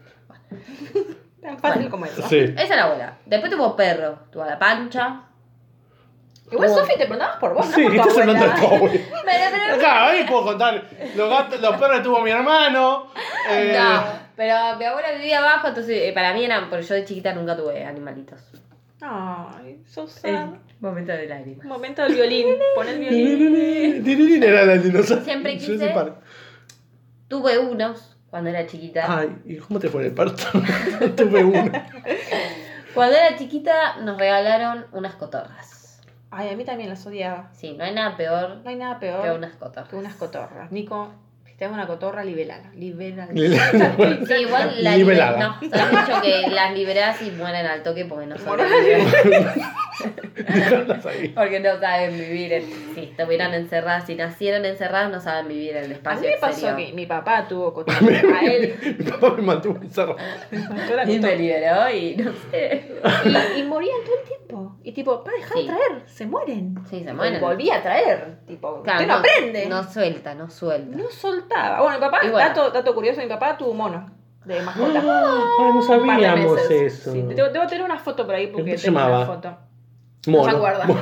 Speaker 3: Tan fácil como eso.
Speaker 2: Sí.
Speaker 1: Esa es la abuela. Después tuvo perro. Tuvo a la pancha.
Speaker 3: Igual,
Speaker 1: Bueno.
Speaker 3: Sofi, te preguntabas por vos,
Speaker 2: Sí,
Speaker 3: no por tu
Speaker 2: estás
Speaker 3: abuela.
Speaker 2: hablando de tu abuela.
Speaker 1: Pero,
Speaker 3: Eh.
Speaker 1: pero,
Speaker 2: Acá, ahí puedo contar. Los, gatos, los perros que tuvo mi hermano. eh,
Speaker 1: no, pero mi abuela vivía abajo, entonces eh, para mí eran. Porque yo de chiquita nunca tuve animalitos.
Speaker 3: Ay, Susana.
Speaker 1: El momento de lágrimas.
Speaker 3: Momento del violín. Pon el violín.
Speaker 2: Tirirín era la dinosaurio.
Speaker 1: Siempre quise.
Speaker 2: Jurassic Park.
Speaker 1: Tuve unos cuando era
Speaker 3: Ah.
Speaker 1: chiquita.
Speaker 2: Ay, ¿y cómo te fue en el parto? Tuve uno.
Speaker 1: Cuando era chiquita nos regalaron unas cotorras.
Speaker 3: Ay, a mí también las odiaba.
Speaker 1: Sí, no hay nada peor
Speaker 3: No hay nada
Speaker 1: que
Speaker 3: peor
Speaker 1: unas cotorras.
Speaker 3: que unas cotorras. Nico, si te hago una cotorra, liberala. Liberala.
Speaker 1: Sí, igual la
Speaker 2: Nivelada.
Speaker 1: liber- No, se han dicho que las liberás y mueren al toque porque no son.
Speaker 3: Moral.
Speaker 2: Dejarlas ahí.
Speaker 1: Porque no saben vivir en- Si estuvieran encerradas, si nacieron encerradas, no saben vivir en el
Speaker 3: A mí
Speaker 1: espacio
Speaker 3: me pasó que
Speaker 1: exterior.
Speaker 3: mi papá tuvo contacto a él.
Speaker 2: Mi papá me mantuvo encerrado.
Speaker 3: me mató la
Speaker 1: Y me
Speaker 3: cotorra.
Speaker 1: liberó y no sé.
Speaker 3: Y, y morían todo el tiempo. Y tipo, pa, dejá
Speaker 1: Sí.
Speaker 3: de traer, se mueren.
Speaker 1: Sí, se mueren.
Speaker 3: Y volví a traer. Tipo,
Speaker 1: Claro,
Speaker 3: usted no, aprende. No,
Speaker 1: No suelta, no suelta.
Speaker 3: soltaba. Bueno, mi papá,
Speaker 1: Y bueno.
Speaker 3: dato, dato curioso, mi papá tuvo mono de mascota.
Speaker 2: Ah, no
Speaker 3: Un par de
Speaker 2: sabíamos
Speaker 3: meses.
Speaker 2: eso.
Speaker 3: Sí, debo, debo tener una foto por ahí porque
Speaker 2: ¿Cómo se
Speaker 3: tengo
Speaker 2: llamaba?
Speaker 3: una foto.
Speaker 2: Mono.
Speaker 3: No se acuerda.
Speaker 2: Mono.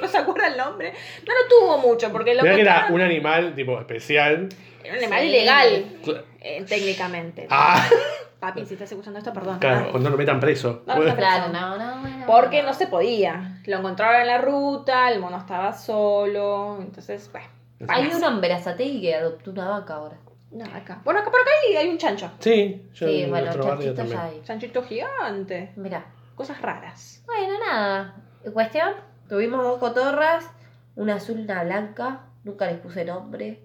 Speaker 3: no se acuerda el nombre. No lo tuvo mucho porque lo
Speaker 2: Mirá
Speaker 3: que
Speaker 2: que era
Speaker 3: estaba-
Speaker 2: un animal tipo especial.
Speaker 3: era un animal
Speaker 1: Sí.
Speaker 3: ilegal, eh, técnicamente.
Speaker 2: Ah,
Speaker 3: Papi, si estás escuchando esto, perdón.
Speaker 2: claro,
Speaker 3: Ay.
Speaker 2: cuando lo metan preso.
Speaker 3: No, no,
Speaker 1: Claro, no, no, bueno.
Speaker 3: Porque no se podía. Lo encontraron en la ruta, el mono estaba solo. Entonces, bueno.
Speaker 1: Hay uno en Verazategui que adoptó una vaca ahora.
Speaker 3: No, acá. Bueno, acá por acá hay, hay un chancho.
Speaker 2: Sí, yo
Speaker 1: Sí,
Speaker 2: en
Speaker 1: bueno,
Speaker 2: nuestro
Speaker 1: chanchito
Speaker 2: barrio también.
Speaker 1: ya hay.
Speaker 3: Chanchito gigante.
Speaker 1: Mirá.
Speaker 3: Cosas raras.
Speaker 1: Bueno, nada. Cuestión, tuvimos dos cotorras, una azul y una blanca. Nunca les puse nombre.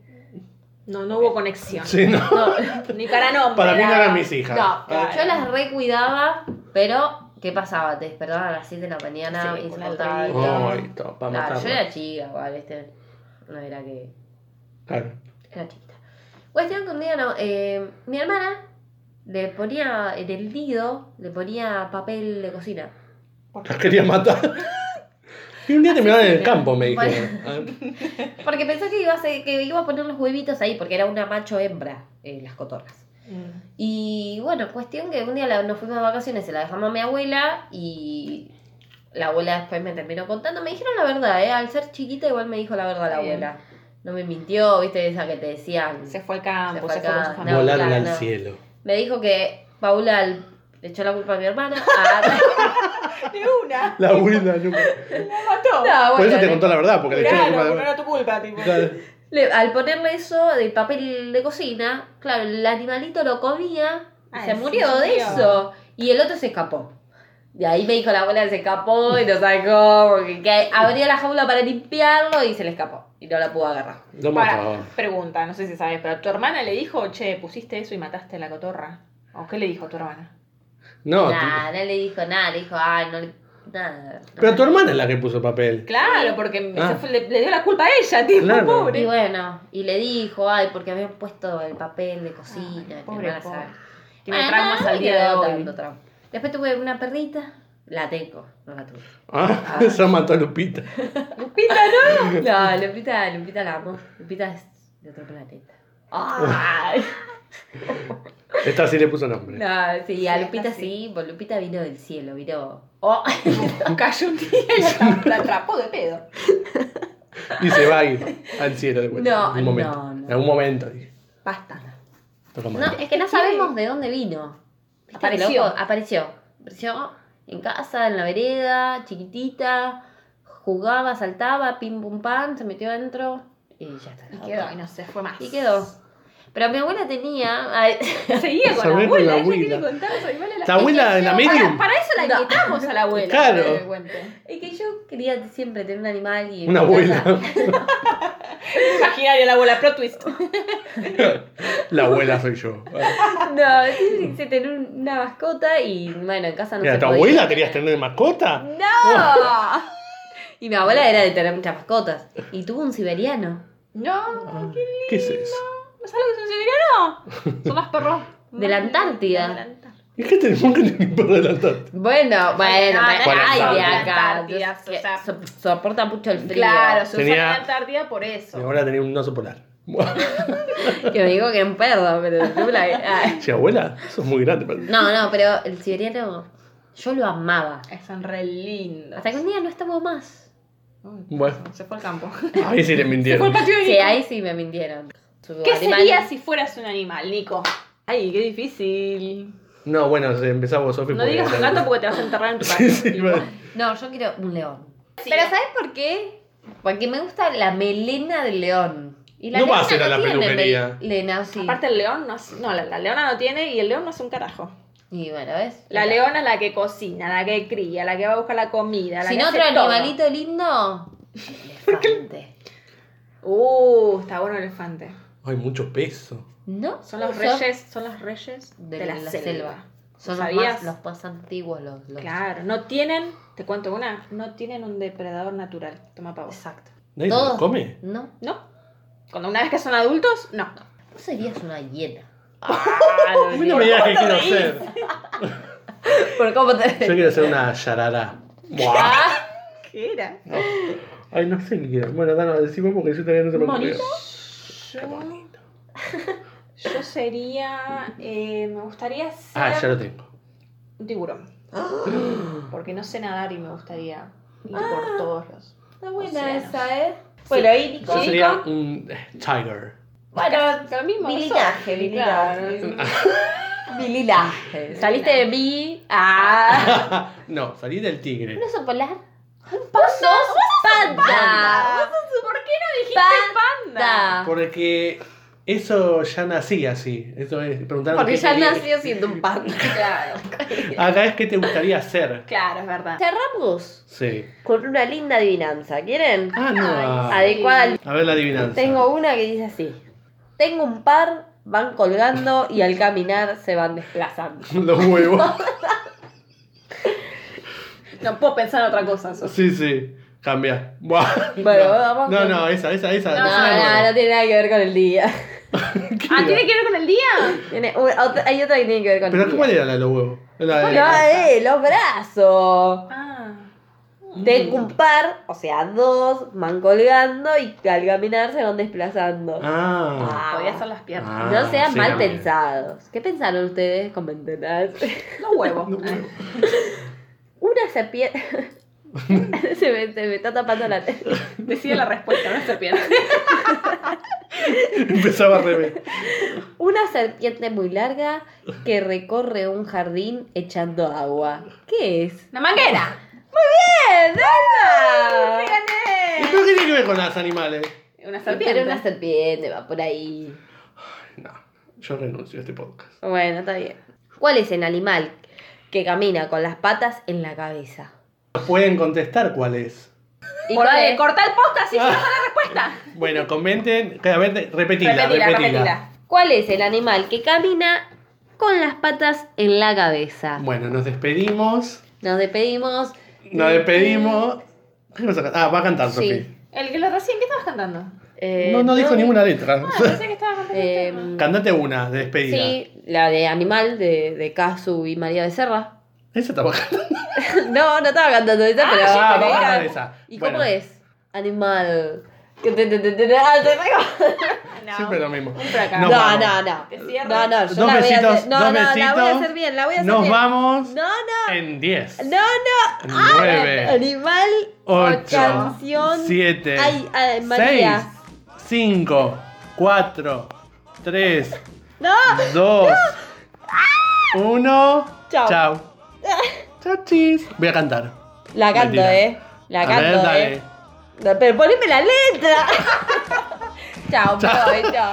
Speaker 3: No, no hubo conexión.
Speaker 2: Sí, no.
Speaker 1: No,
Speaker 3: Ni para nombre.
Speaker 2: Para mí no
Speaker 3: era-
Speaker 2: eran mis hijas.
Speaker 1: no,
Speaker 3: Claro.
Speaker 1: yo las recuidaba, pero ¿qué pasaba? Te despertaban a las 7 de la mañana
Speaker 3: Sí,
Speaker 1: y se
Speaker 3: una
Speaker 1: cortaba.
Speaker 3: horita.
Speaker 1: todo.
Speaker 2: Ay, to- para
Speaker 1: Claro, yo
Speaker 2: matarlo.
Speaker 1: era chica, igual, ¿viste? No era que.
Speaker 2: Claro.
Speaker 1: Era chiquita. Cuestión que un día no, eh, mi hermana le ponía en el nido, le ponía papel de cocina.
Speaker 2: Las quería matar. Y un día terminaron en el
Speaker 1: sí.
Speaker 2: campo, me dijeron.
Speaker 1: Bueno. Porque pensó que iba, a ser- que iba a poner los huevitos ahí, porque era una macho hembra eh, las cotorras.
Speaker 3: Mm.
Speaker 1: Y bueno, cuestión que un día la- nos fuimos de vacaciones, se la dejamos a mi abuela y la abuela después me terminó contando. Me dijeron la verdad, ¿eh? Al ser chiquita igual me dijo la verdad la
Speaker 3: Bien.
Speaker 1: abuela. No me mintió, viste, esa que te decían.
Speaker 3: Se fue al campo, se
Speaker 1: Se fue
Speaker 3: fue,
Speaker 1: al
Speaker 3: con su
Speaker 1: campo.
Speaker 3: familia.
Speaker 2: Ah, Volaron
Speaker 1: claro,
Speaker 2: al
Speaker 1: no.
Speaker 2: cielo.
Speaker 1: Me dijo que Paula al- le echó la culpa a mi hermana. Ah,
Speaker 3: De una.
Speaker 2: La abuela nunca.
Speaker 3: La mató.
Speaker 1: no,
Speaker 2: Por eso
Speaker 1: bueno,
Speaker 2: te contó la verdad, porque le echó la
Speaker 3: Claro,
Speaker 2: culpa
Speaker 3: porque
Speaker 2: de-
Speaker 3: no era tu culpa, tipo.
Speaker 2: Claro.
Speaker 1: le- al ponerle eso de papel de cocina, claro, el animalito lo comía y
Speaker 3: Ay,
Speaker 1: Ah, se
Speaker 3: sí,
Speaker 1: murió
Speaker 3: se
Speaker 1: de
Speaker 3: murió.
Speaker 1: eso. Y el otro se escapó. De ahí me dijo la abuela que se escapó y lo sacó, porque que abrió la jaula para limpiarlo y se le escapó. Y no la pudo agarrar.
Speaker 2: Lo mató.
Speaker 3: Para, pregunta, no sé si sabes, pero tu hermana le dijo, che, pusiste eso y mataste a la cotorra. ¿O qué le dijo tu hermana?
Speaker 2: No,
Speaker 1: nada, no le dijo nada, le dijo, ay, no le- Nada.
Speaker 2: tu- pero tu hermana es la que puso papel.
Speaker 3: Claro, porque
Speaker 2: Ah.
Speaker 3: se fue- le, le dio la culpa a ella, tipo,
Speaker 2: Claro.
Speaker 1: Y
Speaker 3: pobre.
Speaker 1: bueno, y le dijo, ay, porque habían puesto el papel de cocina,
Speaker 3: Ay,
Speaker 1: que
Speaker 3: Ah, pobre,
Speaker 1: no la
Speaker 3: pobre.
Speaker 1: sabe.
Speaker 3: Tiene
Speaker 1: Ah,
Speaker 3: traumas
Speaker 1: no
Speaker 3: al
Speaker 1: me
Speaker 3: día de
Speaker 1: quedó
Speaker 3: hoy.
Speaker 1: tanto trauma. Después tuve una perrita, la tengo, no la tuve.
Speaker 2: Ah, esa mató a Lupita.
Speaker 3: Lupita, ¿no?
Speaker 1: No, Lupita, Lupita la amo. Lupita es de otro planeta. Ay.
Speaker 2: Esta sí le puso nombre.
Speaker 1: No, sí, a
Speaker 3: Sí,
Speaker 1: Lupita
Speaker 3: está
Speaker 1: sí, pues Lupita vino del cielo, vino. Oh.
Speaker 3: Cayó un día y la, la atrapó de pedo.
Speaker 2: Y se va a ir al cielo de vuelta.
Speaker 1: No,
Speaker 2: en algún momento.
Speaker 1: no, no.
Speaker 2: En algún momento dije.
Speaker 3: Basta.
Speaker 2: Toca
Speaker 1: No,
Speaker 2: madera.
Speaker 1: es que no sabemos de dónde vino. ¿Viste que
Speaker 3: Apareció.
Speaker 1: loco? Apareció. Apareció en casa, en la vereda, chiquitita, jugaba, saltaba, pim pum pam, se metió adentro y ya está.
Speaker 3: Y quedó, y no se fue más.
Speaker 1: Y quedó. Pero mi abuela tenía. ay,
Speaker 3: Seguía con la
Speaker 2: Saber con la
Speaker 3: abuela, ella
Speaker 2: abuela.
Speaker 3: quiere contar a su abuela la-
Speaker 2: La abuela en la medium.
Speaker 3: Para, para eso la
Speaker 1: No.
Speaker 3: invitamos a la abuela.
Speaker 2: Claro.
Speaker 3: que le cuente.
Speaker 1: Es que yo quería siempre tener un animal y.
Speaker 2: Una abuela.
Speaker 3: Imaginaria la abuela, pro twist.
Speaker 2: La abuela soy yo.
Speaker 1: No, siempre quise tener un- una mascota y bueno, en casa no
Speaker 2: Mira,
Speaker 1: se
Speaker 2: ¿tu
Speaker 1: podía.
Speaker 2: abuela este- querías tener de mascota? Oh.
Speaker 1: ¡No! Y mi abuela era de tener muchas mascotas. Y tuvo un siberiano.
Speaker 3: No, ¿qué
Speaker 2: Ah, ¿Qué es eso?
Speaker 3: ¿No sabes lo que es un siberiano? Son los perros.
Speaker 1: De la Antártida.
Speaker 3: De la Antártida.
Speaker 2: ¿Y qué tenemos que tener por adelantarte?
Speaker 1: Bueno, bueno,
Speaker 3: no,
Speaker 1: pero
Speaker 2: no,
Speaker 1: hay
Speaker 2: no,
Speaker 1: de
Speaker 2: no,
Speaker 1: acá.
Speaker 3: no, no,
Speaker 1: que
Speaker 3: o sea-
Speaker 1: so- soporta mucho el frío.
Speaker 3: Claro, se usa en
Speaker 2: Tenía-
Speaker 3: la Antártida por
Speaker 2: Y
Speaker 3: eso.
Speaker 2: ahora tenía un oso polar.
Speaker 1: Que me dijo que es un perro, pero yo la- ay.
Speaker 2: Si abuela, sos muy grande. para-
Speaker 1: No, no, pero el siberiano yo lo amaba.
Speaker 3: Son re lindos.
Speaker 1: Hasta que un día no estuvo más.
Speaker 2: Bueno.
Speaker 3: Se fue al campo.
Speaker 2: Ahí sí le mintieron.
Speaker 3: patio
Speaker 1: Sí, ahí sí me mintieron. Su
Speaker 3: ¿Qué
Speaker 1: animal-
Speaker 3: sería si fueras un animal, Nico? Ay, qué difícil.
Speaker 2: No, bueno, se empezaba vos, Sofi.
Speaker 3: No
Speaker 2: porque-
Speaker 3: digas un gato porque te vas a enterrar en tu
Speaker 2: Sí,
Speaker 3: país.
Speaker 2: sí, bueno.
Speaker 1: No, yo quiero un león.
Speaker 3: Sí.
Speaker 1: Pero ¿sabes por qué? Porque me gusta la melena del león. Y la
Speaker 2: No vas
Speaker 1: melena
Speaker 2: a ir a la
Speaker 1: tiene
Speaker 2: peluquería.
Speaker 1: melena, sí.
Speaker 3: Aparte el león no hace- No, la, la leona no tiene y el león no hace un carajo.
Speaker 1: Y bueno, ¿ves?
Speaker 3: La leona es la que cocina, la que cría, la que va a buscar la comida, la
Speaker 1: Sin
Speaker 3: que
Speaker 1: otro
Speaker 3: hace todo.
Speaker 1: animalito lindo, elefante.
Speaker 3: Uh, está bueno el elefante.
Speaker 2: Hay mucho peso.
Speaker 1: ¿No?
Speaker 3: Son los
Speaker 1: Son
Speaker 3: reyes, son los reyes de,
Speaker 1: De
Speaker 3: la, selva.
Speaker 1: Son los, más,
Speaker 3: ¿Sabías?
Speaker 1: los más antiguos, los, los-
Speaker 3: Claro, no tienen Te cuento una, no tienen un depredador natural. Toma pavo.
Speaker 1: Exacto.
Speaker 2: Nadie se los
Speaker 1: Todos.
Speaker 2: come.
Speaker 1: No,
Speaker 3: ¿No? Cuando una vez que son adultos, no.
Speaker 1: vos serías una hiena.
Speaker 3: Ah,
Speaker 2: A
Speaker 3: lo
Speaker 2: mí no me
Speaker 3: olvidé.
Speaker 2: digas que quiero ser.
Speaker 1: ¿Por cómo te
Speaker 2: Yo quiero ser una yarara. Buah.
Speaker 3: Ah, ¿Qué era?
Speaker 2: Ay, no sé qué quiero. Bueno, Dano, decimos porque yo todavía no se me ocurrió.
Speaker 1: ¿Monito?
Speaker 2: Qué bonito.
Speaker 3: Yo sería. eh, me gustaría ser
Speaker 2: Ah, ya lo tengo.
Speaker 3: un tiburón. Porque no sé nadar y me gustaría ir por todos los.
Speaker 1: Está
Speaker 3: buena
Speaker 1: esa, ¿eh? Bueno, ahí
Speaker 2: Yo sería un eh, tiger.
Speaker 1: Bueno,
Speaker 3: Lo mismo.
Speaker 1: Bililaje,
Speaker 3: sos-
Speaker 1: bililaje.
Speaker 3: Claro.
Speaker 1: Bililaje. Saliste de mí. Ah.
Speaker 2: no, salí del tigre.
Speaker 1: ¿Un oso polar? ¡Vos sos panda!
Speaker 3: ¿Por qué no dijiste panda?
Speaker 1: ¡Panda!
Speaker 2: Porque eso ya nací así. Eso es preguntar
Speaker 1: Porque ya nació siendo un panda.
Speaker 3: Claro.
Speaker 2: Ah, Acá es que te gustaría ser.
Speaker 3: Claro, es verdad.
Speaker 1: Cerramos
Speaker 2: Sí.
Speaker 1: con una linda adivinanza. ¿Quieren?
Speaker 2: Ah, no.
Speaker 3: Ay,
Speaker 1: Adecuada al
Speaker 2: A ver la adivinanza.
Speaker 1: Tengo una que dice así. Tengo un par, van colgando y al caminar se van desplazando.
Speaker 2: Los huevos.
Speaker 3: No puedo pensar en otra cosa. sos-
Speaker 2: Sí, sí. Cambia. Buah.
Speaker 1: Bueno,
Speaker 2: no.
Speaker 1: vamos.
Speaker 2: No, no, esa, esa, esa.
Speaker 3: No,
Speaker 1: No,
Speaker 2: esa
Speaker 1: no,
Speaker 2: no.
Speaker 1: no tiene nada que ver con el día.
Speaker 2: ¿Qué
Speaker 3: Ah,
Speaker 2: era?
Speaker 3: ¿tiene que ver con el día?
Speaker 1: Tiene u- otra- hay otra que tiene que ver con el
Speaker 2: Pero
Speaker 1: día.
Speaker 2: ¿cuál era la de los huevos? La de-
Speaker 1: No, eh, los brazos.
Speaker 3: Ah.
Speaker 2: Mm.
Speaker 1: Tengo un par, o sea, dos, van colgando y al caminar se van desplazando.
Speaker 2: Ah.
Speaker 3: Podría ser las piernas.
Speaker 2: Ah,
Speaker 1: no sean
Speaker 2: sí,
Speaker 1: mal
Speaker 2: también.
Speaker 1: pensados. ¿Qué pensaron ustedes? Comenten.
Speaker 3: Los huevos.
Speaker 2: Los huevos.
Speaker 1: Una serpiente. se, me, se me está tapando la testa.
Speaker 3: Decide la respuesta, no es serpiente.
Speaker 2: Empezaba al revés.
Speaker 1: Una serpiente muy larga que recorre un jardín echando agua. ¿Qué es?
Speaker 3: ¡La manguera!
Speaker 1: ¡Bien, Dana!
Speaker 2: ¿Y tú qué tiene que ver con los animales?
Speaker 3: Una
Speaker 1: Pero
Speaker 3: serpiente.
Speaker 1: una serpiente va por ahí.
Speaker 2: No, yo renuncio a este podcast.
Speaker 1: Bueno, está bien. ¿Cuál es el animal que camina con las patas en la cabeza?
Speaker 2: Pueden contestar cuál es.
Speaker 1: ¿Y
Speaker 3: Por
Speaker 1: cuál
Speaker 3: ahí,
Speaker 1: es?
Speaker 3: cortá el podcast y yo no sé la respuesta.
Speaker 2: Bueno, comenten. A ver, repetila, repetila.
Speaker 3: Repetila, repetila.
Speaker 1: ¿Cuál es el animal que camina con las patas en la cabeza?
Speaker 2: Bueno, nos despedimos.
Speaker 1: Nos despedimos.
Speaker 2: Nos despedimos. ¿Qué vas a cantar? Ah, va a cantar,
Speaker 1: Sí.
Speaker 2: Sofi.
Speaker 3: El que lo recién, ¿qué estabas cantando?
Speaker 1: Eh,
Speaker 2: No, no dijo ninguna letra.
Speaker 3: Ah, pensé que estabas cantando el
Speaker 1: Eh,
Speaker 3: tema.
Speaker 2: Cantate una de despedida.
Speaker 1: Sí, la de animal de, de Casu y María Becerra.
Speaker 2: Esa está bajando.
Speaker 1: No, no estaba cantando esa, pero.
Speaker 2: Ah,
Speaker 1: pero
Speaker 2: vamos a
Speaker 1: era-
Speaker 2: cantar esa.
Speaker 1: ¿Y
Speaker 2: Bueno,
Speaker 1: cómo es? Animal. que te- te- te- te- ah, te pego.
Speaker 3: No.
Speaker 2: Siempre lo mismo.
Speaker 3: Un fracaso.
Speaker 2: Nos
Speaker 1: No,
Speaker 2: vamos.
Speaker 1: no, no.
Speaker 3: Te cierro.
Speaker 1: No, no, yo
Speaker 2: Dos
Speaker 1: la voy a
Speaker 2: besitos,
Speaker 1: hacer. No,
Speaker 2: dos
Speaker 1: no, la voy a
Speaker 2: besitos.
Speaker 1: hacer bien, la voy a hacer
Speaker 2: Nos
Speaker 1: bien.
Speaker 2: vamos
Speaker 1: No, no,
Speaker 2: en 10,
Speaker 1: no, no. Ah,
Speaker 2: 9,
Speaker 1: Animal o
Speaker 2: 8,
Speaker 1: canción.
Speaker 2: 7,
Speaker 1: Ay, ay,
Speaker 2: 6,
Speaker 1: María.
Speaker 2: 5, 4, 3,
Speaker 1: No.
Speaker 2: 2,
Speaker 1: Ah.
Speaker 2: 1.
Speaker 1: Chau.
Speaker 2: Chau. Chau, chis. Voy a cantar.
Speaker 1: La canto,
Speaker 2: Mentira.
Speaker 1: eh. La
Speaker 2: a ver,
Speaker 1: canto,
Speaker 2: dale.
Speaker 1: eh. No, pero poneme la letra. chao,
Speaker 2: Chao.
Speaker 1: chao. chao.